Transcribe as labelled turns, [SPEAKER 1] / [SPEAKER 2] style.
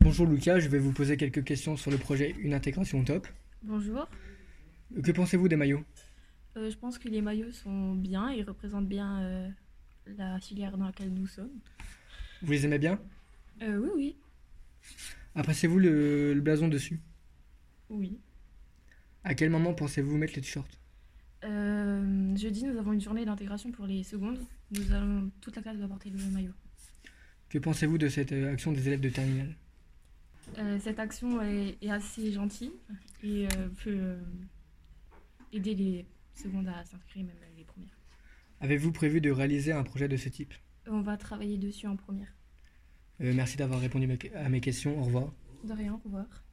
[SPEAKER 1] Bonjour Lucas, je vais vous poser quelques questions sur le projet Une intégration top.
[SPEAKER 2] Bonjour.
[SPEAKER 1] Que pensez-vous des maillots
[SPEAKER 2] Euh, je pense que les maillots sont bien, ils représentent bien euh, la filière dans laquelle nous sommes.
[SPEAKER 1] Vous les aimez bien
[SPEAKER 2] Euh, oui, oui,
[SPEAKER 1] Appréciez-vous le, le blason dessus
[SPEAKER 2] oui.
[SPEAKER 1] À quel moment pensez-vous mettre les t-shirts
[SPEAKER 2] Euh, jeudi, nous avons une journée d'intégration pour les secondes. Nous allons, toute la classe doit porter le maillot.
[SPEAKER 1] Que pensez-vous de cette euh, action des élèves de terminale
[SPEAKER 2] Euh, cette action est, est assez gentille et euh, peut euh, aider les secondes à s'inscrire, même les premières.
[SPEAKER 1] Avez-vous prévu de réaliser un projet de ce type
[SPEAKER 2] On va travailler dessus en première.
[SPEAKER 1] Euh, Merci d'avoir répondu mes- à mes questions, au revoir.
[SPEAKER 2] De rien, au revoir.